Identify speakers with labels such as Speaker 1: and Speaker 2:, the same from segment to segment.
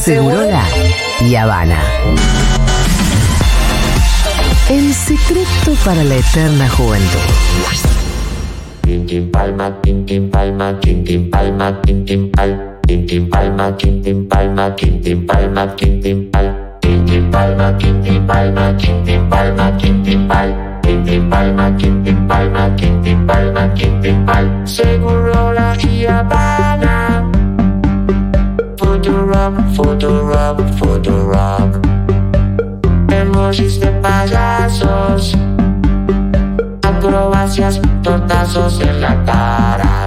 Speaker 1: Segurola y Habana. El secreto para la eterna juventud.
Speaker 2: Tintin palma, tintin palma, tintin palma, tintin pal. Tintin palma, tintin palma, tintin palma, tintin pal. Tintin palma, tintin palma, tintin palma, tintin pal. Tintin palma, tintin palma, tintin palma, tintin pal. Seguro la Habana. Futuram, futuram, futuram. Emojis de payasos acrobacias, tortazos en la cara.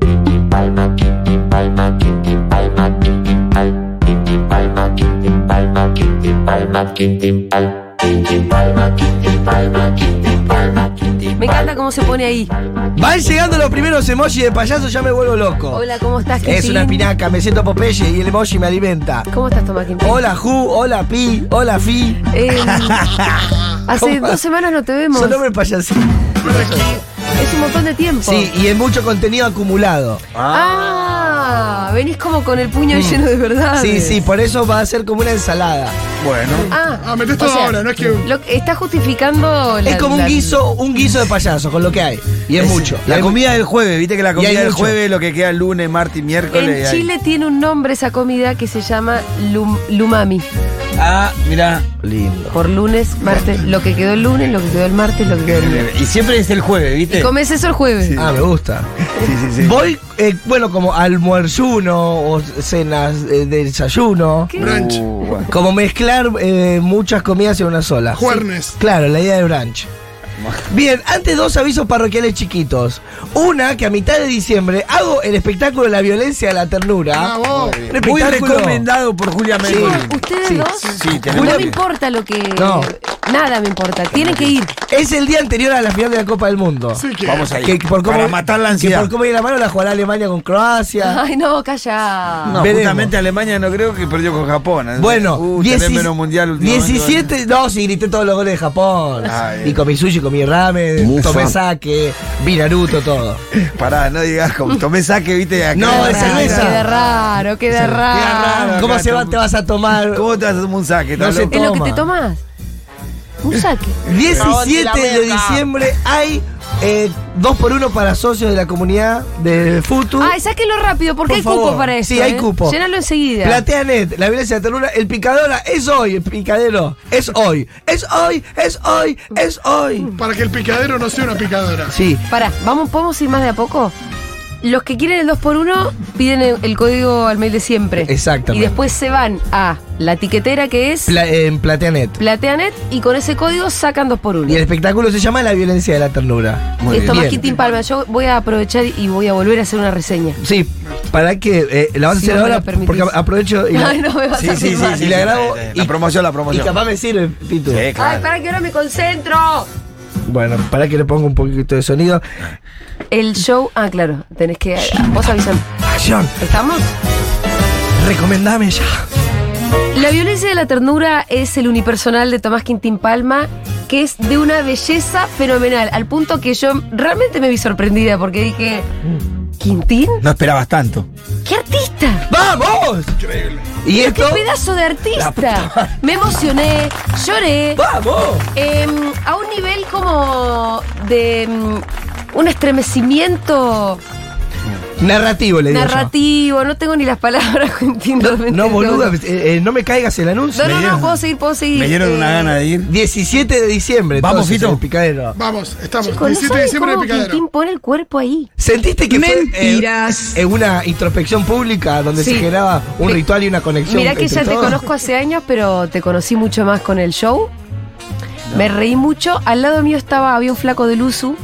Speaker 2: Tintin palma, tintin palma, tintin palma, tintin pal. Tintin palma, tintin palma, tintin palma, tintin pal. Tintin palma, tintin palma, tintin palma, tintin
Speaker 3: Me encanta cómo se pone ahí.
Speaker 4: Van llegando los primeros emojis de payaso, ya me vuelvo loco.
Speaker 3: Hola, ¿cómo estás,
Speaker 4: es
Speaker 3: Quintín?
Speaker 4: una espinaca, me siento Popeye y el emoji me alimenta.
Speaker 3: ¿Cómo estás, Tomás Quintín?
Speaker 4: Hola Ju, hola Pi, hola Fi.
Speaker 3: Eh, hace
Speaker 4: ¿Cómo?
Speaker 3: dos semanas no te vemos.
Speaker 4: Son nombres payasitos.
Speaker 3: Es un montón de tiempo.
Speaker 4: Sí, y es mucho contenido acumulado.
Speaker 3: Ah, venís como con el puño lleno de verdad.
Speaker 4: Mm. Sí, sí, por eso va a ser como una ensalada.
Speaker 5: Bueno.
Speaker 3: Ah,
Speaker 5: Ah, metés todo
Speaker 3: o sea,
Speaker 5: ahora, no es que.
Speaker 3: Lo, está justificando la-
Speaker 4: es como un
Speaker 3: la-
Speaker 4: guiso, un guiso de payaso, con lo que hay. Y es, mucho. Y
Speaker 6: La
Speaker 4: hay
Speaker 6: comida del jueves, viste que la comida
Speaker 4: hay
Speaker 6: del
Speaker 4: mucho.
Speaker 6: jueves es lo que queda el lunes, martes, miércoles. y
Speaker 3: En
Speaker 6: ahí.
Speaker 3: Chile tiene un nombre esa comida que se llama lum- lumami.
Speaker 6: Ah, mirá. Lindo.
Speaker 3: Por lunes, martes, lo que quedó el lunes, lo que quedó el martes, lo que quedó el lunes.
Speaker 6: Y siempre es el jueves,
Speaker 3: Y
Speaker 6: ¿viste?
Speaker 3: comes eso el jueves.
Speaker 4: Ah, me gusta.
Speaker 6: Sí, sí, sí.
Speaker 4: Voy, eh, bueno, como almuerzuno o cenas eh, de desayuno.
Speaker 3: ¿Qué?
Speaker 5: Brunch.
Speaker 6: Uh, bueno.
Speaker 4: Como mezclar eh, muchas comidas en una sola.
Speaker 5: Juernes.
Speaker 4: Claro, la idea de brunch. Bien, antes dos avisos parroquiales chiquitos. Una, que a mitad de diciembre hago el espectáculo de la violencia de la ternura.
Speaker 5: Bravo.
Speaker 4: Un
Speaker 6: Ah, Muy
Speaker 4: espectáculo-
Speaker 6: recomendado por Julia
Speaker 3: Chicos,
Speaker 6: Medina.
Speaker 3: ustedes
Speaker 4: Sí,
Speaker 3: dos,
Speaker 6: sí, tenemos
Speaker 3: no me
Speaker 6: que-
Speaker 3: importa lo que...
Speaker 4: No.
Speaker 3: Nada me importa, tienen que ir.
Speaker 4: Es el día anterior a la final de la Copa del Mundo.
Speaker 5: Sí, que.
Speaker 6: Vamos ahí.
Speaker 4: Que por cómo-
Speaker 6: Para matar la
Speaker 4: Que
Speaker 6: ansiedad.
Speaker 4: por cómo ir la mano la jugará Alemania con Croacia.
Speaker 3: Ay, no, calla.
Speaker 6: No,
Speaker 4: Veremos.
Speaker 6: justamente Alemania no creo que perdió con Japón. ¿eh?
Speaker 4: Bueno,
Speaker 6: Uh,
Speaker 4: dieci-
Speaker 6: también menos mundial últimamente.
Speaker 4: 17, no, sí, grité todos los goles de Japón.
Speaker 6: Ah, bien.
Speaker 4: y comí sushi, comí ramen, tomé sake, vi Naruto, todo.
Speaker 6: Pará, no digas, como tomé saque, viste, acá.
Speaker 4: No,
Speaker 3: Queda
Speaker 4: es
Speaker 3: raro,
Speaker 4: cerveza.
Speaker 3: Queda raro, queda raro.
Speaker 6: raro.
Speaker 4: ¿Cómo
Speaker 6: Ah, acá
Speaker 4: se va,
Speaker 6: tomo-
Speaker 4: te vas a tomar?
Speaker 6: ¿Cómo te vas a tomar un saque?
Speaker 4: No
Speaker 6: ¿Estás
Speaker 4: sé,
Speaker 6: loco?
Speaker 3: ¿Es lo que
Speaker 4: Toma.
Speaker 3: te tomas? Un saque.
Speaker 4: 17 de diciembre hay 2 por 1 para socios de la comunidad de Futu.
Speaker 3: Ay, sáquelo rápido porque
Speaker 4: Por
Speaker 3: hay
Speaker 4: favor.
Speaker 3: cupo para eso.
Speaker 4: Sí, hay
Speaker 3: ¿eh?
Speaker 4: cupo.
Speaker 3: Llénalo enseguida.
Speaker 4: Plateanet, la violencia de ternura, el picadora es hoy, el picadero es hoy, es hoy, es hoy, es hoy.
Speaker 5: Para que el picadero no sea una picadora.
Speaker 4: Sí,
Speaker 3: Pará, vamos, ¿podemos ir más de a poco? Los que quieren el 2x1 piden el, el código al mail de siempre.
Speaker 4: Exactamente.
Speaker 3: Y después se van a la tiquetera que es
Speaker 4: pla- en Plateanet.
Speaker 3: Plateanet y con ese código sacan 2x1.
Speaker 4: Y el espectáculo se llama La violencia de la ternura.
Speaker 6: Muy
Speaker 3: Esto
Speaker 6: bien.
Speaker 3: más
Speaker 4: Bien.
Speaker 3: Quintín Palma. Yo voy a aprovechar y voy a volver a hacer una reseña.
Speaker 4: Sí, para que eh, la vas a
Speaker 3: Si
Speaker 4: hacer
Speaker 3: vos me
Speaker 4: ahora
Speaker 3: lo permitís.
Speaker 4: porque aprovecho y la,
Speaker 3: Ay, no me vas
Speaker 6: Sí,
Speaker 3: a
Speaker 6: sí, sí,
Speaker 3: filmar.
Speaker 6: sí,
Speaker 4: y la
Speaker 6: sí,
Speaker 4: grabo
Speaker 6: sí, sí.
Speaker 4: y-
Speaker 6: La promoción, la
Speaker 4: y
Speaker 6: promoción.
Speaker 4: capaz me sirve, Pitu.
Speaker 6: Sí, claro.
Speaker 3: Ay, para que ahora me concentro.
Speaker 4: Bueno, para que le ponga un poquito de sonido.
Speaker 3: El show, ah, claro, tenés que. Vos avisan.
Speaker 4: Ah, John,
Speaker 3: ¿Estamos?
Speaker 4: recomendame ya.
Speaker 3: La violencia de la ternura es el unipersonal de Tomás Quintín Palma, que es de una belleza fenomenal, al punto que yo realmente me vi sorprendida porque dije. ¿Quintín?
Speaker 6: No esperabas tanto.
Speaker 3: ¡Qué artista!
Speaker 4: ¡Vamos!
Speaker 5: Increíble.
Speaker 4: Y
Speaker 3: ¡Qué
Speaker 4: esto.
Speaker 3: pedazo de artista! Me emocioné, lloré.
Speaker 4: ¡Vamos!
Speaker 3: em, a un nivel como de em, un estremecimiento
Speaker 4: Narrativo, le digo. yo.
Speaker 3: narrativo, no tengo ni las palabras, Quintín. realmente
Speaker 4: No, boluda, eh, eh, no me caigas el anuncio.
Speaker 3: No, no, no,
Speaker 6: dieron-
Speaker 3: puedo seguir, puedo seguir.
Speaker 6: Me dieron
Speaker 3: Eh,
Speaker 6: una gana de ir.
Speaker 4: 17 de diciembre.
Speaker 6: Vamos,
Speaker 4: entonces,
Speaker 6: Fito.
Speaker 4: el picadero.
Speaker 5: Vamos, estamos.
Speaker 3: Chicos, no
Speaker 5: 17 de
Speaker 3: saben
Speaker 5: diciembre de
Speaker 3: cómo
Speaker 5: picadero.
Speaker 3: Quintín pone el cuerpo ahí.
Speaker 4: ¿Sentiste que
Speaker 7: Mentiras.
Speaker 4: fue eh, en una introspección pública donde
Speaker 3: Sí.
Speaker 4: se generaba un
Speaker 3: Mi-
Speaker 4: ritual y una conexión?
Speaker 3: Mirá que
Speaker 4: entre
Speaker 3: ya te
Speaker 4: todos?
Speaker 3: conozco hace años, pero te conocí mucho más con el show. Me reí mucho. Al lado mío estaba, había un flaco de Luzu,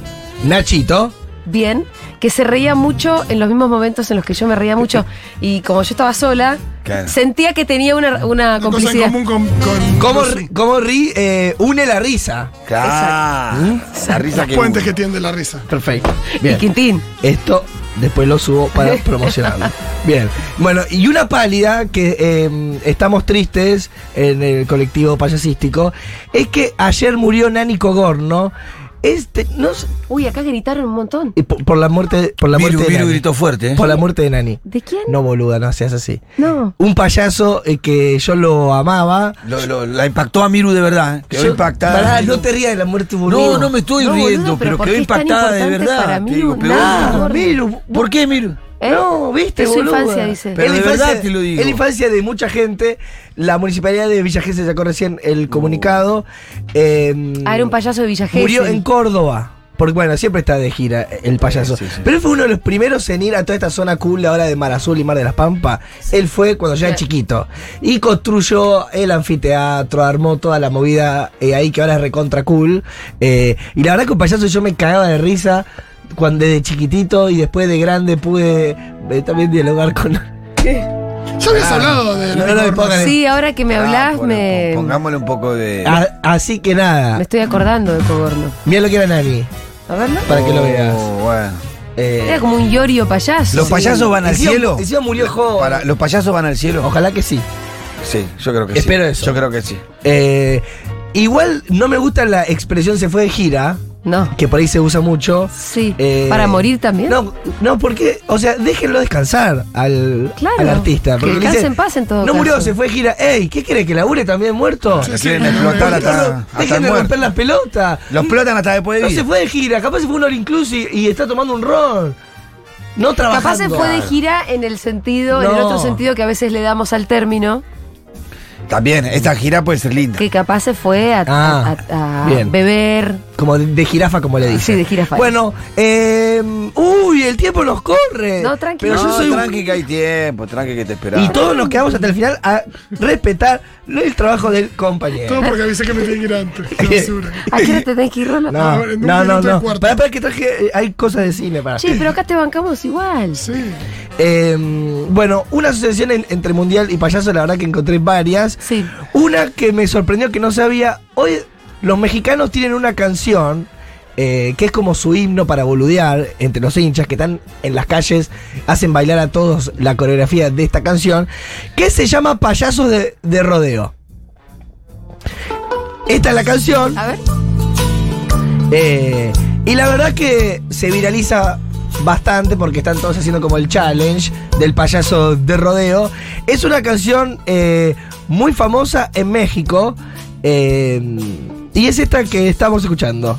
Speaker 4: Nachito.
Speaker 3: bien, que se reía mucho en los mismos momentos en los que yo me reía mucho. Y como yo estaba sola,
Speaker 6: Claro.
Speaker 3: sentía que tenía una, una
Speaker 5: Una cosa en
Speaker 3: complicidad.
Speaker 5: común con. con
Speaker 4: ¿Cómo,
Speaker 5: los
Speaker 4: ri- cómo ri- eh, une la risa?
Speaker 6: Claro. La risa que.
Speaker 5: puentes que tiende la risa.
Speaker 4: Perfecto.
Speaker 3: Y
Speaker 4: Bien.
Speaker 3: Quintín,
Speaker 4: Esto después lo subo para promocionarlo. Bien. Bueno, y una pálida que eh, estamos tristes en el colectivo payasístico es que ayer murió Nani Cogorno, Este, no sé,
Speaker 3: Uy, acá gritaron un montón.
Speaker 4: eh, por, por la muerte, por la
Speaker 6: Viru,
Speaker 4: muerte de
Speaker 6: Viru
Speaker 4: Nani.
Speaker 6: gritó fuerte, ¿eh?
Speaker 4: Por la muerte de Nani.
Speaker 3: ¿De quién?
Speaker 4: No, boluda, no seas así.
Speaker 3: No.
Speaker 4: Un payaso eh, que yo lo amaba.
Speaker 6: Lo- lo- la impactó a Miru de verdad. ¿eh? Quedó
Speaker 4: Yo-
Speaker 6: impactada.
Speaker 4: Pará,
Speaker 6: Miru.
Speaker 4: no te rías de la muerte, boludo.
Speaker 6: no, no me estoy
Speaker 3: No, boludo,
Speaker 6: riendo, pero,
Speaker 3: pero ¿por
Speaker 6: quedó
Speaker 3: qué es tan
Speaker 6: impactada de
Speaker 3: importante
Speaker 6: verdad.
Speaker 3: para
Speaker 6: te
Speaker 3: Miru?
Speaker 6: digo, pegó-
Speaker 3: Nada.
Speaker 4: Ah, Miru,
Speaker 6: ¿Por qué, Miru?
Speaker 3: ¿Eh?
Speaker 4: No, viste,
Speaker 3: Es su
Speaker 4: boluda.
Speaker 3: infancia, dice.
Speaker 6: Pero
Speaker 4: es la
Speaker 6: de
Speaker 4: infancia-
Speaker 6: verdad te lo digo.
Speaker 4: Es la infancia de mucha gente. La municipalidad de Villa Gesell sacó recién el comunicado. eh,
Speaker 3: Ah, era un payaso de Villa Gesell.
Speaker 4: Murió en Córdoba. Porque bueno, siempre está de gira el payaso.
Speaker 6: Eh, Sí, sí, sí.
Speaker 4: Pero él fue uno de los primeros en ir a toda esta zona cool ahora de Mar Azul y Mar de las Pampas. Él fue cuando ya era
Speaker 3: Sí.
Speaker 4: chiquito. Y construyó el anfiteatro, armó toda la movida eh, ahí que ahora es recontra cool. Eh, y la verdad que un payaso yo me cagaba de risa cuando desde chiquitito y después de grande pude eh, también dialogar con...
Speaker 5: Ya habías hablado de
Speaker 4: No, no, no, pongan-
Speaker 3: Sí, ahora que me
Speaker 6: Ah,
Speaker 3: hablas,
Speaker 6: bueno,
Speaker 3: me,
Speaker 6: Pongámosle un poco de.
Speaker 4: A- así que
Speaker 3: me
Speaker 4: nada,
Speaker 3: estoy acordando de Coborno.
Speaker 4: mira lo que era Nani,
Speaker 3: A verlo.
Speaker 4: para que lo veas.
Speaker 6: Oh, bueno.
Speaker 4: Eh,
Speaker 3: Era como un llorio payaso.
Speaker 6: Los
Speaker 3: Sí.
Speaker 6: payasos van al
Speaker 4: encima-
Speaker 6: cielo.
Speaker 4: encima murió joven.
Speaker 6: Para- ¿Los payasos van al cielo?
Speaker 4: Ojalá que sí.
Speaker 6: Sí, yo creo que sí.
Speaker 4: Espero eso.
Speaker 6: Yo creo que sí.
Speaker 4: Eh, igual no me gusta la expresión se fue de gira,
Speaker 3: No.
Speaker 4: que por ahí se usa mucho.
Speaker 3: Sí.
Speaker 4: Eh,
Speaker 3: ¿Para morir también?
Speaker 4: No, no, porque, o sea, déjenlo descansar al,
Speaker 3: Claro,
Speaker 4: al artista.
Speaker 3: que
Speaker 4: porque le
Speaker 3: descanse en paz en todo
Speaker 4: No murió,
Speaker 3: caso".
Speaker 4: se fue de gira. Ey, ¿qué quiere que labure también muerto?
Speaker 5: Sí,
Speaker 6: La
Speaker 5: sí.
Speaker 6: quieren
Speaker 5: No,
Speaker 6: explotar
Speaker 5: no,
Speaker 4: Déjenlo-
Speaker 6: hasta, hasta el
Speaker 4: Déjenlo
Speaker 6: muerto.
Speaker 4: romper las pelotas.
Speaker 6: Los explotan hasta después de
Speaker 4: No
Speaker 6: vida.
Speaker 4: se fue de gira, capaz se fue a un all inclusive y está tomando un ron. No trabajando.
Speaker 3: Capaz se fue de gira en el sentido, en el
Speaker 4: No.
Speaker 3: otro sentido que a veces le damos al término,
Speaker 6: También, esta gira puede ser linda.
Speaker 3: que capaz se fue a,
Speaker 4: Ah,
Speaker 3: a- a- a
Speaker 4: bien.
Speaker 3: beber.
Speaker 4: Como de, de jirafa, como le dicen.
Speaker 3: Ah, Sí, de jirafa.
Speaker 4: Bueno, eh, uy, el tiempo nos corre.
Speaker 3: No, tranqui.
Speaker 4: Pero yo
Speaker 6: No,
Speaker 4: soy un-
Speaker 6: tranqui que hay tiempo, tranqui que te esperaba.
Speaker 4: Y todos nos quedamos hasta el final a respetar el trabajo del compañero.
Speaker 5: Todo porque avisé que me tenía que ir antes. Qué basura.
Speaker 3: ¿A qué hora te tenés que ir, Rolo?
Speaker 4: No,
Speaker 5: ver, en un
Speaker 4: no, no.
Speaker 5: minuto y
Speaker 4: no.
Speaker 5: cuarto.
Speaker 4: Pará, pará, que traje. eh, Hay cosas de cine para.
Speaker 3: Che, pero acá te bancamos igual.
Speaker 5: Sí.
Speaker 4: Eh, bueno, una asociación en- entre mundial y payaso, la verdad que encontré varias.
Speaker 3: Sí.
Speaker 4: Una que me sorprendió que no sabía. Hoy los mexicanos tienen una canción eh, que es como su himno para boludear entre los hinchas que están en las calles, hacen bailar a todos la coreografía de esta canción, que se llama Payasos de, de Rodeo. Esta es la canción.
Speaker 3: A ver.
Speaker 4: Eh, y la verdad que se viraliza bastante porque están todos haciendo como el challenge del payaso de rodeo. Es una canción eh, muy famosa en México. eh, y es esta que estamos escuchando.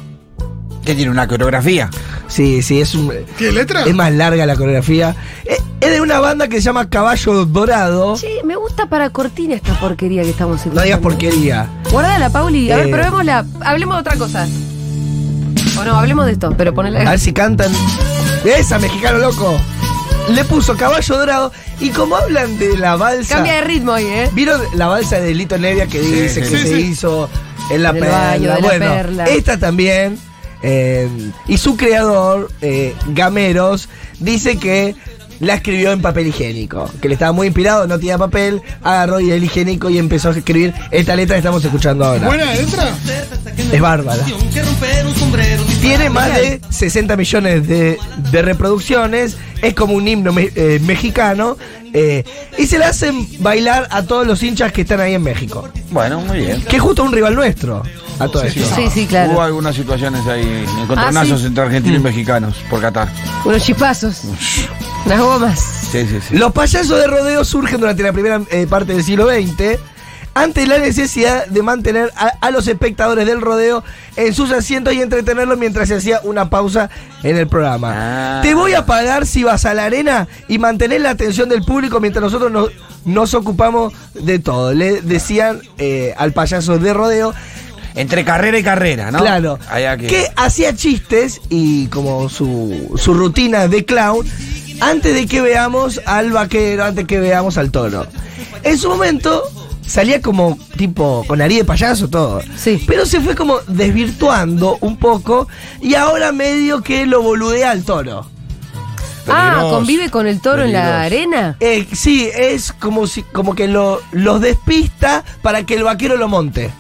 Speaker 6: Que tiene una coreografía.
Speaker 4: Sí, sí, es un.
Speaker 5: ¿Qué letra?
Speaker 4: Es más larga la coreografía. Eh, Es de una banda que se llama Caballo Dorado.
Speaker 3: Che, me gusta para cortina esta porquería que estamos escuchando.
Speaker 4: No digas porquería.
Speaker 3: Guardala, Pauli. A ver,
Speaker 4: Eh.
Speaker 3: probémosla. Hablemos de otra cosa. O no, hablemos de esto, pero ponela.
Speaker 4: A ver si cantan. Esa, mexicano loco. Le puso Caballo Dorado. Y como hablan de la balsa.
Speaker 3: Cambia de ritmo ahí, ¿eh?
Speaker 4: ¿Vieron la balsa de Lito Nevia que dice
Speaker 6: sí,
Speaker 4: que
Speaker 5: sí,
Speaker 4: se
Speaker 5: sí.
Speaker 4: hizo en la
Speaker 3: En el
Speaker 4: perla?
Speaker 3: baño de la
Speaker 4: bueno,
Speaker 3: Perla.
Speaker 4: esta también. eh, y su creador, eh, Gameros, dice que la escribió en papel higiénico. Que le estaba muy inspirado, no tenía papel, agarró y el higiénico y empezó a escribir esta letra que estamos escuchando ahora.
Speaker 5: ¿Buena letra?
Speaker 4: Es bárbara. Tiene más de 60 millones de, de reproducciones. Es como un himno me- eh, mexicano. eh, y se la hacen bailar a todos los hinchas que están ahí en México.
Speaker 6: Bueno, muy bien.
Speaker 4: Que es justo un rival nuestro. A todo esto.
Speaker 3: Sí, sí, claro.
Speaker 6: Hubo algunas situaciones ahí, encontronazos
Speaker 3: Ah, sí.
Speaker 6: entre argentinos y mexicanos por Qatar.
Speaker 3: Unos chipazos. Unas gomas.
Speaker 6: Sí, sí, sí.
Speaker 4: Los payasos de rodeo surgen durante la primera eh, parte del siglo XX ante la necesidad de mantener a, a los espectadores del rodeo en sus asientos y entretenerlos mientras se hacía una pausa en el programa.
Speaker 6: Ah.
Speaker 4: Te voy a pagar si vas a la arena y mantener la atención del público mientras nosotros nos, nos ocupamos de todo. Le decían eh, al payaso de rodeo.
Speaker 6: Entre carrera y carrera, ¿no?
Speaker 4: Claro.
Speaker 6: Había que-
Speaker 4: hacía chistes y como su, su rutina de clown antes de que veamos al vaquero, antes que veamos al toro. En su momento salía como tipo con nariz de payaso todo.
Speaker 3: Sí.
Speaker 4: Pero se fue como desvirtuando un poco y ahora medio que lo boludea al toro.
Speaker 3: Ah,
Speaker 6: Peligroso,
Speaker 3: convive con el toro en la arena.
Speaker 4: Eh, sí, es como si como que lo, los despista para que el vaquero lo monte.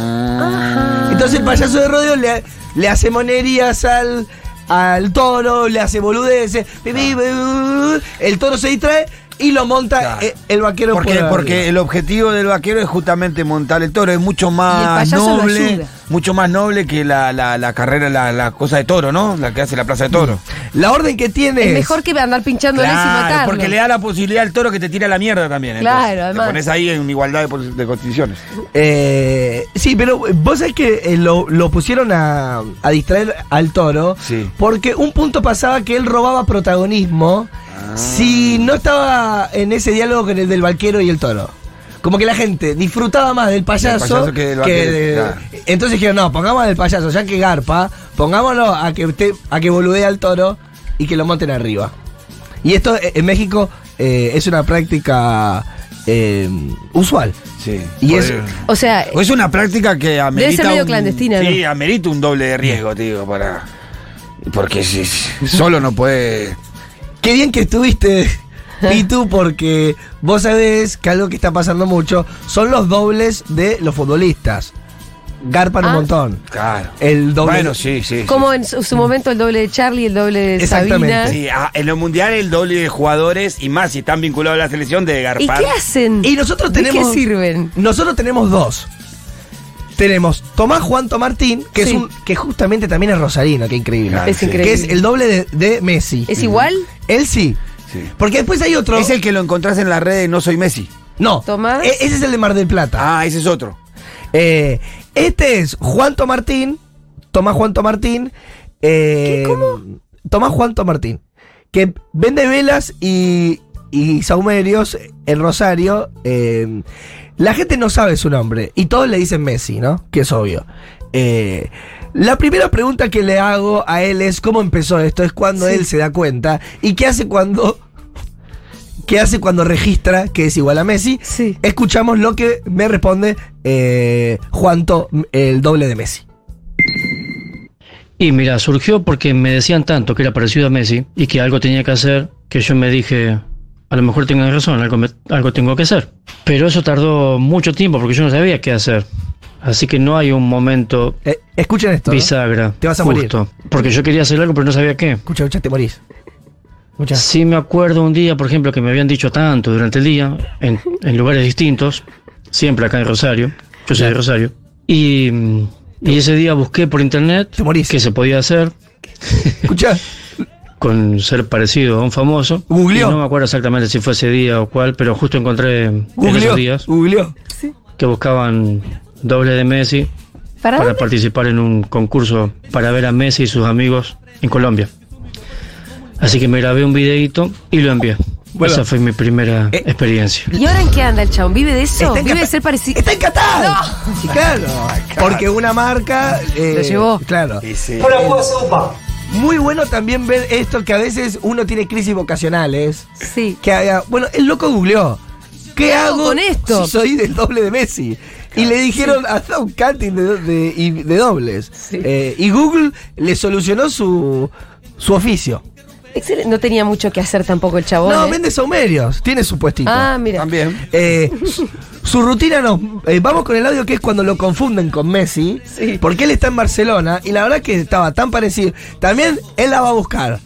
Speaker 3: Ajá.
Speaker 4: Entonces el payaso de rodeo le, le hace monerías al, al toro, le hace boludeces. pi, pi, pi, pi, pi, pi. El toro se distrae y lo monta
Speaker 6: Claro.
Speaker 4: eh, el vaquero
Speaker 6: Porque,
Speaker 4: por
Speaker 6: porque
Speaker 4: arriba.
Speaker 6: el objetivo del vaquero es justamente montar el toro, es mucho más
Speaker 3: payaso lo
Speaker 6: noble,
Speaker 3: ayuda.
Speaker 6: mucho más noble que la, la- la carrera, la, la cosa de toro, ¿no? La que hace la plaza de toro.
Speaker 3: Mm.
Speaker 4: la orden que tiene
Speaker 3: Es
Speaker 4: es-
Speaker 3: mejor que andar pinchándole y
Speaker 6: Claro,
Speaker 3: matarlo.
Speaker 6: porque le da la posibilidad al toro que te tira a la mierda también.
Speaker 3: Claro,
Speaker 6: entonces.
Speaker 3: además.
Speaker 6: Te pones ahí en igualdad de, pos- de condiciones.
Speaker 4: Eh, sí, pero vos sabés que eh, lo, lo pusieron a, a distraer al toro
Speaker 6: Sí.
Speaker 4: porque un punto pasaba que él robaba protagonismo
Speaker 6: Ah.
Speaker 4: si no estaba en ese diálogo con el del vaquero y el toro. Como que la gente disfrutaba más del payaso,
Speaker 6: payaso que del vaquero, claro.
Speaker 4: Entonces dijeron, no, pongamos del payaso, ya que garpa, pongámoslo a que usted, a que boludee al toro y que lo monten arriba. Y esto eh, en México eh, es una práctica eh, usual.
Speaker 6: Sí.
Speaker 4: Y es-
Speaker 3: O sea,
Speaker 6: O es una práctica que amerita.
Speaker 3: ser medio
Speaker 6: un,
Speaker 3: clandestina,
Speaker 6: Sí,
Speaker 3: ¿no?
Speaker 6: amerita un doble de riesgo, te digo, para. Porque si, si- solo no puede.
Speaker 4: Qué bien que estuviste, Pitu, porque vos sabés que algo que está pasando mucho son los dobles de los futbolistas. Garpan
Speaker 3: Ah.
Speaker 4: un montón.
Speaker 6: Claro.
Speaker 4: El doble.
Speaker 6: Bueno, sí, sí. sí.
Speaker 3: como en su, su momento el doble de Charlie, el doble de
Speaker 4: Exactamente.
Speaker 3: Sabina.
Speaker 6: Sí, ah, en los mundiales el doble de jugadores y más si están vinculados a la selección de
Speaker 3: ¿Y
Speaker 6: Garpar.
Speaker 3: qué hacen?
Speaker 4: Y nosotros
Speaker 3: ¿De
Speaker 4: tenemos.
Speaker 3: qué sirven?
Speaker 4: Nosotros tenemos dos. Tenemos Tomás Juanto Martín, que es
Speaker 3: Sí.
Speaker 4: un. que justamente también es Rosarino, que increíble.
Speaker 6: Claro,
Speaker 3: Es
Speaker 6: sí.
Speaker 3: increíble.
Speaker 4: Que es el doble de, de Messi.
Speaker 3: ¿Es igual?
Speaker 4: Él sí.
Speaker 6: Sí.
Speaker 4: Porque después hay otro.
Speaker 6: Es el que lo encontrás en la red de No Soy Messi.
Speaker 4: No.
Speaker 3: Tomás.
Speaker 4: E- Ese es el de Mar del Plata.
Speaker 6: Ah, ese es otro.
Speaker 4: Eh, este es Juanto Martín, Tomás Juanto Martín. eh, Tomás Juanto Martín, que vende velas y, y saumerios en Rosario. eh, la gente no sabe su nombre y todos le dicen Messi, ¿no? Que es obvio. Eh, la primera pregunta que le hago a él es cómo empezó esto, es cuando él se da cuenta y qué hace cuando... ¿Qué hace cuando registra que es igual a Messi?
Speaker 3: Sí.
Speaker 4: Escuchamos lo que me responde eh, Juanto, el doble de Messi.
Speaker 7: Y mira, surgió porque me decían tanto que era parecido a Messi y que algo tenía que hacer, que yo me dije, a lo mejor tengan razón, algo, me- algo tengo que hacer. Pero eso tardó mucho tiempo porque yo no sabía qué hacer. Así que no hay un momento
Speaker 4: Eh, escuchen esto. ¿no?
Speaker 7: bisagra.
Speaker 4: Te vas a
Speaker 7: justo, Porque yo quería hacer algo pero no sabía qué.
Speaker 4: Escucha, escucha, te morís. Escucha.
Speaker 7: Sí me acuerdo un día, por ejemplo, que me habían dicho tanto durante el día, en, en lugares distintos, siempre acá en Rosario, yo soy de Rosario, y, mm, y ese día busqué por internet
Speaker 4: Te morís.
Speaker 7: qué se podía hacer
Speaker 4: Escucha.
Speaker 7: con ser parecido a un famoso.
Speaker 4: Googleó.
Speaker 7: Y No me acuerdo exactamente si fue ese día o cuál, pero justo encontré en esos
Speaker 4: Googleó.
Speaker 7: días
Speaker 4: Googleó.
Speaker 7: que buscaban doble de Messi
Speaker 3: ¿Para
Speaker 7: para
Speaker 3: dónde?
Speaker 7: participar en un concurso para ver a Messi y sus amigos en Colombia. Así que me grabé un videíto y lo envié.
Speaker 4: Bueno.
Speaker 7: Esa fue mi primera
Speaker 4: Eh.
Speaker 7: experiencia.
Speaker 3: ¿Y ahora en qué anda el chabón? ¿Vive de eso?
Speaker 4: Está en
Speaker 3: ¿Vive de
Speaker 4: Qatar.
Speaker 3: ser parecido?
Speaker 4: Está en Qatar. Sí, claro. Porque una marca. eh,
Speaker 3: Lo llevó.
Speaker 4: Claro.
Speaker 6: Ese-
Speaker 4: Muy bueno también ver esto que a veces uno tiene crisis vocacionales.
Speaker 3: Sí.
Speaker 4: que haga. Bueno, el loco googleó. ¿Qué, hago
Speaker 3: con esto?
Speaker 4: Si soy del doble de Messi. Y le dijeron, hasta un casting de, do- de- y- de dobles.
Speaker 3: Sí.
Speaker 4: Eh, y Google le solucionó su, su oficio.
Speaker 3: Excelente. No tenía mucho que hacer tampoco el chabón.
Speaker 4: no,
Speaker 3: ¿eh?
Speaker 4: vende saumerios. Tiene su puestito.
Speaker 3: Ah, mira.
Speaker 6: También.
Speaker 4: Eh, su, su rutina nos. eh, vamos con el audio que es cuando lo confunden con Messi.
Speaker 3: Sí.
Speaker 4: Porque él está en Barcelona y la verdad que estaba tan parecido. También él la va a buscar.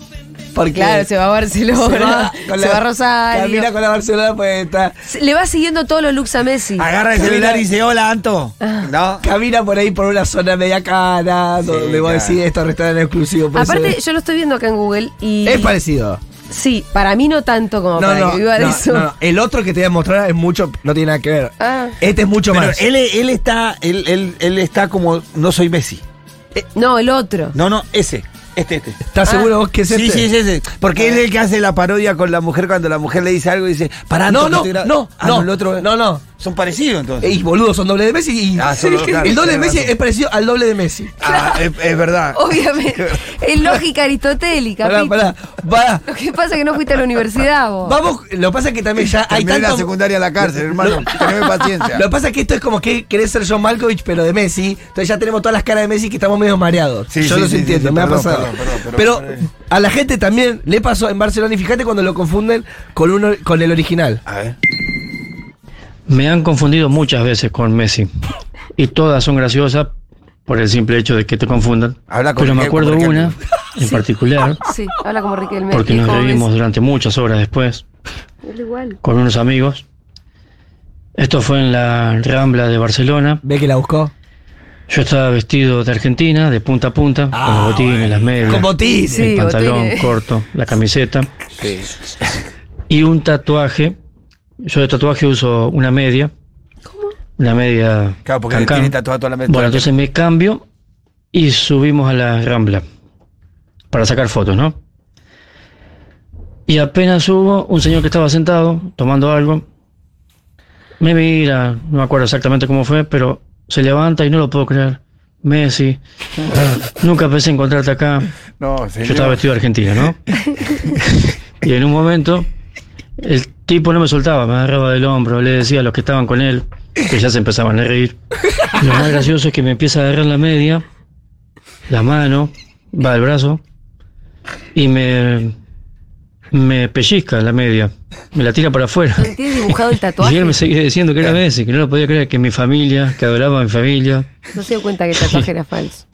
Speaker 4: Porque
Speaker 3: Claro, se va a Barcelona, se va,
Speaker 4: con la-
Speaker 3: a Rosario.
Speaker 4: Camina con la Barcelona puesta.
Speaker 3: Se- Le va siguiendo todos los looks a Messi.
Speaker 6: Agarra el celular y dice, hola, Anto.
Speaker 3: Ah.
Speaker 6: ¿No?
Speaker 4: Camina por ahí por una zona media cara, donde vos
Speaker 6: claro.
Speaker 4: decís esto restaurante exclusivo. por
Speaker 3: Aparte,
Speaker 4: eso-
Speaker 3: yo lo estoy viendo acá en Google y.
Speaker 4: es parecido.
Speaker 3: Sí, para mí no tanto como para que viva de eso.
Speaker 4: no, no. El otro que te voy a mostrar es mucho, no tiene nada que ver.
Speaker 3: Ah.
Speaker 4: Este es mucho
Speaker 6: Pero
Speaker 4: más.
Speaker 6: él, él está, él, él, él está como No Soy Messi.
Speaker 3: No, el otro.
Speaker 6: No, no, ese. Este, este.
Speaker 4: ¿Estás
Speaker 3: Ah.
Speaker 4: seguro vos que es
Speaker 6: sí,
Speaker 4: este?
Speaker 6: sí, sí, sí. Porque él es el que hace la parodia con la mujer cuando la mujer le dice algo y dice, pará,
Speaker 4: No,
Speaker 6: Anto,
Speaker 4: no,
Speaker 6: que te gra-".
Speaker 4: no,
Speaker 6: Ah,
Speaker 4: no,
Speaker 6: el otro-
Speaker 4: no, no.
Speaker 6: Son parecidos entonces.
Speaker 4: Ey, boludo, son doble de Messi y
Speaker 6: Ah, son dos, claro,
Speaker 4: el doble de
Speaker 6: tenés
Speaker 4: Messi
Speaker 6: razón.
Speaker 4: es parecido al doble de Messi.
Speaker 6: Ah, es, es verdad.
Speaker 3: Obviamente. es lógica aristotélica.
Speaker 4: Pará,
Speaker 3: Pito.
Speaker 4: pará, pará.
Speaker 3: Lo que pasa es que no fuiste a la universidad, vos.
Speaker 4: Vamos, lo que pasa es que también ya hay
Speaker 6: Terminé
Speaker 4: tanto... Ah,
Speaker 6: la secundaria en la cárcel, hermano. Teneme paciencia.
Speaker 4: Lo que pasa es que esto es como que querés ser John Malkovich, pero de Messi. Entonces ya tenemos todas las caras de Messi que estamos medio mareados.
Speaker 6: Sí,
Speaker 4: Yo
Speaker 6: sí,
Speaker 4: los
Speaker 6: sí,
Speaker 4: entiendo,
Speaker 6: sí, sí,
Speaker 4: me
Speaker 6: perdón,
Speaker 4: ha pasado.
Speaker 6: perdón, perdón,
Speaker 4: pero
Speaker 6: perdón.
Speaker 4: a la gente también le pasó en Barcelona y fíjate cuando lo confunden con uno con el original.
Speaker 6: A ver.
Speaker 7: Me han confundido muchas veces con Messi y todas son graciosas por el simple hecho de que te confundan.
Speaker 6: Habla con
Speaker 7: Pero me
Speaker 6: Riquelme,
Speaker 7: acuerdo
Speaker 6: con Riquelme.
Speaker 7: una en particular
Speaker 3: Sí, habla como Riquelme.
Speaker 7: porque
Speaker 3: y
Speaker 7: nos
Speaker 3: como
Speaker 7: reímos
Speaker 3: Messi.
Speaker 7: durante muchas horas después
Speaker 3: igual.
Speaker 7: con unos amigos. Esto fue en la Rambla de Barcelona.
Speaker 4: ¿Ve que la buscó?
Speaker 7: Yo estaba vestido de Argentina, de punta a punta, con
Speaker 4: Ah,
Speaker 7: los botines,
Speaker 4: bueno.
Speaker 7: las medias,
Speaker 4: Con botines.
Speaker 3: Sí,
Speaker 7: el pantalón
Speaker 3: botines.
Speaker 7: corto, la camiseta
Speaker 6: Sí.
Speaker 7: y un tatuaje. Yo de tatuaje uso una media. Una media.
Speaker 6: Claro, porque
Speaker 7: cancán.
Speaker 6: tiene tatuado toda la
Speaker 7: Bueno, entonces me cambio y subimos a la Rambla para sacar fotos, ¿no? Y apenas subo, un señor que estaba sentado tomando algo, me mira, no me acuerdo exactamente cómo fue, pero se levanta y no lo puedo creer. Messi, nunca pensé encontrarte acá.
Speaker 6: No,
Speaker 7: Yo estaba vestido de argentino, ¿no? y en un momento, el tipo no me soltaba, me agarraba del hombro, le decía a los que estaban con él, que ya se empezaban a reír. Lo más gracioso es que me empieza a agarrar la media, la mano, va el brazo, y me, me pellizca la media, me la tira para afuera.
Speaker 3: ¿Tienes dibujado el
Speaker 7: Y él
Speaker 3: tatuaje?
Speaker 7: me seguía diciendo que era Messi, que no lo podía creer, que mi familia, que adoraba a mi familia.
Speaker 3: No se dio cuenta que el tatuaje era falso.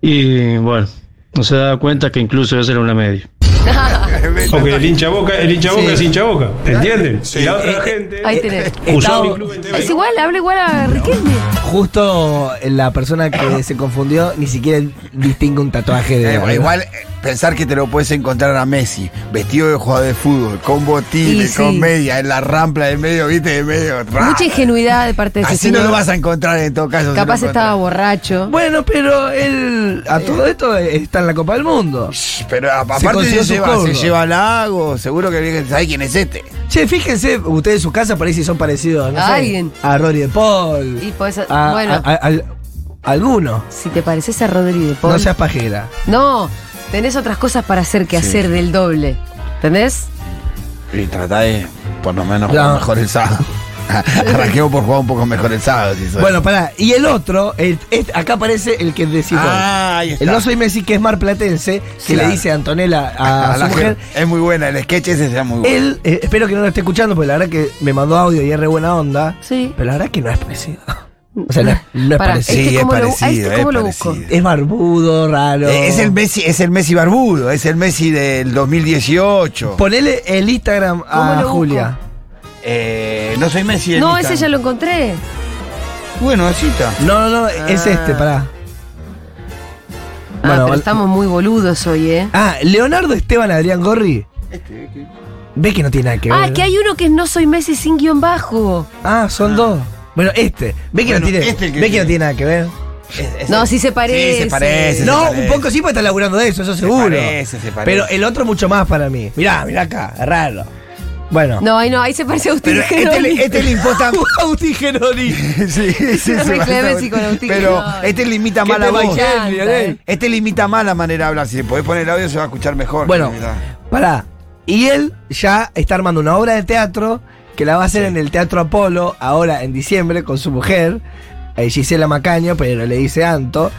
Speaker 7: Y bueno, no se daba cuenta que incluso eso era una media.
Speaker 8: Porque el hincha boca, el hincha boca es hincha boca. ¿Entienden? Y la otra gente
Speaker 3: Ahí tenés.
Speaker 6: Este
Speaker 8: usó
Speaker 4: Estaba-
Speaker 8: mi club en TV.
Speaker 3: Es igual, habla igual a Riquelme.
Speaker 4: Justo la persona que se confundió ni siquiera distingue un tatuaje de.
Speaker 6: igual eh, pensar que te lo puedes encontrar a Messi, vestido de jugador de fútbol, con botines,
Speaker 3: Y
Speaker 6: con
Speaker 3: sí.
Speaker 6: media, en la rampla del medio, viste, de medio.
Speaker 3: Mucha ingenuidad de parte de ese
Speaker 6: Así no
Speaker 3: señor.
Speaker 6: lo vas a encontrar en todo caso. si lo
Speaker 3: Capaz estaba
Speaker 6: encontrás.
Speaker 3: borracho.
Speaker 4: Bueno, pero él.
Speaker 6: Eh.
Speaker 4: A todo esto está en la Copa del Mundo.
Speaker 6: Pero a- aparte
Speaker 4: consiguió
Speaker 6: se,
Speaker 4: su
Speaker 6: lleva, se
Speaker 4: cobro.
Speaker 6: lleva lago, seguro que alguien sabe quién es este.
Speaker 4: Che, fíjense, ustedes en su casa parece que son parecidos no
Speaker 3: A
Speaker 4: sé,
Speaker 3: alguien.
Speaker 4: a Rory de Paul.
Speaker 3: Y podés-
Speaker 4: a-
Speaker 3: bueno.
Speaker 4: a- a- al- alguno.
Speaker 3: Si te pareces a Rodri de Paul.
Speaker 4: No seas pajera.
Speaker 3: No, tenés otras cosas para hacer que hacer del doble. ¿Entendés?
Speaker 6: Y tratá de, por lo menos,
Speaker 4: Ya.
Speaker 6: jugar mejor el sábado. Arranquemos por jugar un poco mejor el sábado. si soy. Ah,
Speaker 4: Bueno, pará. Y el otro, el- este- acá aparece el que decís vos.
Speaker 6: Ah, ahí está.
Speaker 4: El no soy Messi, que es marplatense, que
Speaker 6: Claro.
Speaker 4: le dice a Antonella a, su
Speaker 6: A Ah, la
Speaker 4: mujer.
Speaker 6: gente. Es muy buena, el sketch ese está muy bueno.
Speaker 4: Él, eh, espero que no lo esté escuchando, porque la verdad que me mandó audio y es re buena onda.
Speaker 3: Sí.
Speaker 4: Pero la verdad que no es parecido. O sea, no, es- no es
Speaker 3: Pará,
Speaker 4: parecido.
Speaker 3: este
Speaker 6: Sí, es
Speaker 3: cómo lo, a
Speaker 6: parecido,
Speaker 3: este
Speaker 6: es
Speaker 3: cómo lo
Speaker 6: parecido.
Speaker 3: busco.
Speaker 4: Es barbudo, raro.
Speaker 6: Eh, Es el Messi, es el Messi barbudo, es el Messi del 2018.
Speaker 4: Ponele el Instagram
Speaker 3: ¿Cómo
Speaker 4: a
Speaker 3: lo
Speaker 4: Julia.
Speaker 6: Eh, no soy Messi.
Speaker 3: No,
Speaker 6: Elita.
Speaker 3: ese ya lo encontré. Ah,
Speaker 6: Bueno, así está.
Speaker 4: No, no, no, es
Speaker 6: Ah.
Speaker 4: este, pará.
Speaker 3: Ah,
Speaker 4: Bueno,
Speaker 3: pero
Speaker 4: val-
Speaker 3: estamos muy boludos hoy, ¿eh?
Speaker 4: Ah, Leonardo Esteban Adrián Gorri.
Speaker 6: Este,
Speaker 4: Ves que no tiene nada que ver.
Speaker 3: Ah, que hay uno que es no soy Messi sin guión bajo.
Speaker 4: Ah, son dos. Bueno, este. Ve que,
Speaker 6: Bueno,
Speaker 4: no, tiene,
Speaker 6: este el que
Speaker 4: ve que
Speaker 6: tiene.
Speaker 4: no tiene nada que ver.
Speaker 3: No, sí se parece.
Speaker 6: Sí, se parece.
Speaker 4: no,
Speaker 6: parece.
Speaker 4: un poco sí, porque está laburando de eso, eso seguro.
Speaker 6: parece, se parece.
Speaker 4: Pero el otro mucho más para mí. Mirá, mirá acá, es raro. Bueno.
Speaker 3: No, ahí no, ahí se parece a usted.
Speaker 6: Pero este, le- este le importa.
Speaker 4: Agustín Geroni.
Speaker 6: sí, sí, sí,
Speaker 3: No
Speaker 6: se
Speaker 3: mezcle
Speaker 6: parece.
Speaker 3: Messi con Agustín,
Speaker 6: Pero
Speaker 3: no.
Speaker 6: este le imita
Speaker 4: ¿Qué
Speaker 6: mal la
Speaker 4: te
Speaker 6: voz.
Speaker 4: bailás,
Speaker 3: Canta,
Speaker 4: Lionel?
Speaker 6: Este le imita mal la manera de hablar. Si le podés poner el audio, se va a escuchar mejor.
Speaker 4: Bueno,
Speaker 6: Mirá.
Speaker 4: pará. Y él ya está armando una obra de teatro que la va a hacer en el Teatro Apolo ahora en diciembre con su mujer, eh, Gisela Macaño, pero le dice Anto.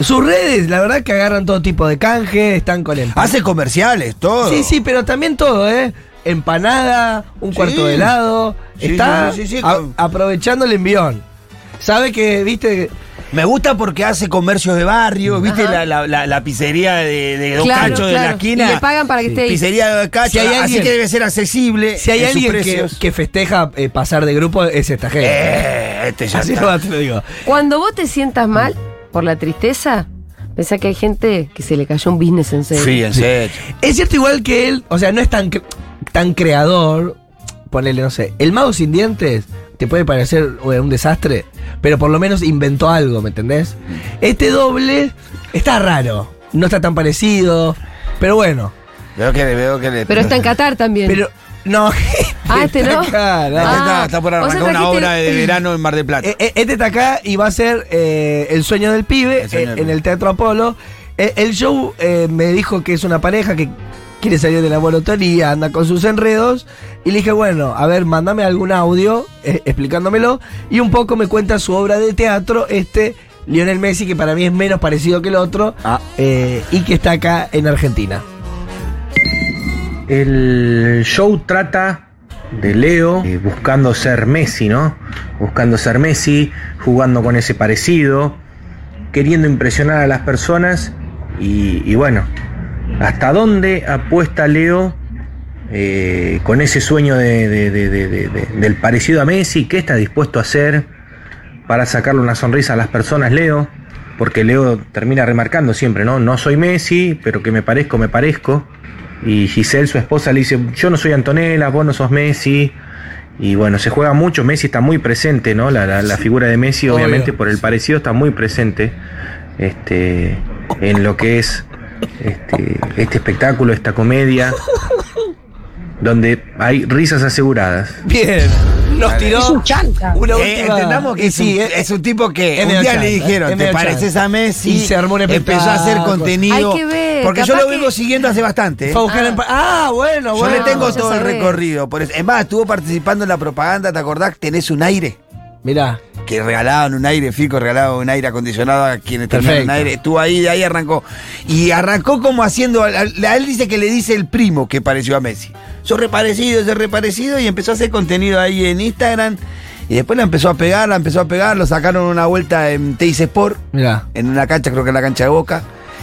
Speaker 4: Sus redes, la verdad que agarran todo tipo de canje, están con el
Speaker 6: Hace comerciales, todo.
Speaker 4: Sí, sí, pero también todo, ¿eh? Empanada, un
Speaker 6: Sí.
Speaker 4: cuarto de helado.
Speaker 6: Sí,
Speaker 4: está
Speaker 6: sí, sí, sí,
Speaker 4: a-
Speaker 6: con-
Speaker 4: aprovechando el envión. Sabe que, viste,
Speaker 6: Me gusta porque hace comercios de barrio, ¿viste? La, la, la, la pizzería de, de Don
Speaker 3: Claro,
Speaker 6: Cacho de la
Speaker 3: claro.
Speaker 6: esquina.
Speaker 3: Y le pagan para que esté ahí.
Speaker 6: Pizzería de Don Cacho,
Speaker 4: Si hay alguien-
Speaker 6: así que debe ser accesible.
Speaker 4: si hay
Speaker 6: en sus
Speaker 4: alguien que,
Speaker 6: precios.
Speaker 4: que festeja eh, pasar de grupo, es esta gente.
Speaker 6: Eh, este ya
Speaker 4: Así
Speaker 6: está.
Speaker 4: nomás te lo digo.
Speaker 3: Cuando vos te sientas mal por la tristeza, pensá que hay gente que se le cayó un business en serio.
Speaker 6: Sí, en serio.
Speaker 4: Es cierto igual que él, o sea, no es tan, cre- tan creador. Ponele, no sé, el mago sin dientes te puede parecer eh, un desastre, pero por lo menos inventó algo, ¿me entendés? Este doble está raro, no está tan parecido, pero bueno.
Speaker 6: Veo que le veo que le.
Speaker 3: Pero está en Qatar también.
Speaker 4: Pero, no,
Speaker 3: Ah, este
Speaker 4: está
Speaker 3: no.
Speaker 4: acá, no.
Speaker 6: Este
Speaker 3: Ah,
Speaker 6: está, está por
Speaker 3: vos
Speaker 6: arrancar una
Speaker 3: trajiste-
Speaker 6: obra de verano en Mar del Plata.
Speaker 4: Eh, eh, Este está acá y va a ser eh, El sueño del pibe
Speaker 6: El sueño del
Speaker 4: eh, en
Speaker 6: pibe.
Speaker 4: el Teatro Apolo. Eh, el show eh, me dijo que es una pareja que quiere salir de la monotonía, anda con sus enredos. Y le dije, bueno, a ver, mándame algún audio eh, explicándomelo. Y un poco me cuenta su obra de teatro, este Lionel Messi, que para mí es menos parecido que el otro,
Speaker 6: Ah.
Speaker 4: eh, y que está acá en Argentina.
Speaker 9: El show trata de Leo eh, buscando ser Messi, ¿no? Buscando ser Messi, jugando con ese parecido, queriendo impresionar a las personas y, y bueno, ¿hasta dónde apuesta Leo eh, con ese sueño de- de- de- de- de- de- del parecido a Messi, ¿qué está dispuesto a hacer para sacarle una sonrisa a las personas, Leo? Porque Leo termina remarcando siempre, ¿no? No soy Messi, pero que me parezco, me parezco. Y Giselle, su esposa, le dice, yo no soy Antonella, vos no sos Messi. Y bueno, se juega mucho, Messi está muy presente, ¿no? La, la- la figura de Messi,
Speaker 4: Obvio.
Speaker 9: obviamente, por el parecido está muy presente este, en lo que es este, este espectáculo, esta comedia, donde hay risas aseguradas.
Speaker 4: Bien, nos tiró
Speaker 10: Es un chanta.
Speaker 4: una
Speaker 6: Eh,
Speaker 4: última.
Speaker 6: entendamos que
Speaker 4: Y
Speaker 6: es, un,
Speaker 4: es- eh,
Speaker 6: es un tipo que
Speaker 4: es
Speaker 6: un
Speaker 4: medio
Speaker 6: día le
Speaker 4: chanta, es
Speaker 6: dijeron, te
Speaker 4: medio
Speaker 6: pareces
Speaker 4: chanta".
Speaker 6: a Messi,
Speaker 4: Y se armó un
Speaker 6: empezó a hacer
Speaker 4: espectáculo.
Speaker 6: contenido.
Speaker 3: Hay que ver,
Speaker 6: porque yo
Speaker 3: capaz
Speaker 6: lo vengo
Speaker 3: que-
Speaker 6: siguiendo hace bastante. ¿eh?
Speaker 4: fue a buscar en pa- Ah, bueno,
Speaker 6: Yo
Speaker 4: bueno.
Speaker 6: le tengo
Speaker 3: ya
Speaker 6: todo el
Speaker 3: sabés.
Speaker 6: recorrido. Por eso. Es más, estuvo participando en la propaganda, ¿te acordás? Tenés un aire.
Speaker 4: Mirá,
Speaker 6: Que regalaban un aire, Fico regalaba un aire acondicionado a quienes tenían un
Speaker 4: Perfecto.
Speaker 6: aire. Estuvo ahí, de ahí arrancó. Y arrancó como haciendo. A, a- a él dice que le dice el primo que pareció a Messi. Sos reparecido, sos reparecido. Y empezó a hacer contenido ahí en Instagram. Y después la empezó a pegar, la empezó a pegar. Lo sacaron una vuelta en Teis Sport
Speaker 4: mirá.
Speaker 6: en una cancha, creo que en la cancha de Boca.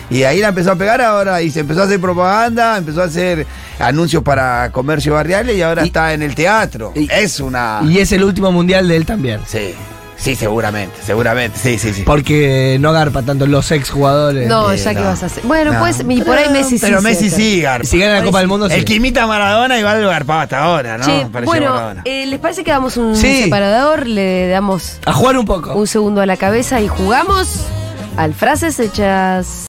Speaker 6: Y ahí la empezó a pegar ahora y se empezó a hacer propaganda, empezó a hacer anuncios para comercio barriales y ahora
Speaker 4: Y-
Speaker 6: está en el teatro.
Speaker 4: y-
Speaker 6: es una...
Speaker 4: Y es el último mundial de él también.
Speaker 6: sí, sí, seguramente, seguramente. Sí, sí, sí.
Speaker 4: Porque no garpa tanto los exjugadores.
Speaker 3: No,
Speaker 6: Eh,
Speaker 3: ya que
Speaker 6: no.
Speaker 3: vas a hacer. Bueno,
Speaker 6: No.
Speaker 3: pues, y por ahí Messi sí.
Speaker 6: Pero
Speaker 3: se
Speaker 6: Messi
Speaker 3: hace.
Speaker 6: sí, garpa.
Speaker 4: Si gana la Copa del Mundo, sí.
Speaker 6: El que imita a Maradona igual lo garpaba hasta ahora, ¿no?
Speaker 3: Che,
Speaker 6: Parecía
Speaker 3: bueno,
Speaker 6: Maradona.
Speaker 3: eh, ¿les parece que damos un
Speaker 4: Sí.
Speaker 3: separador? Le damos
Speaker 4: A jugar un poco.
Speaker 3: un segundo a la cabeza y jugamos al frases hechas.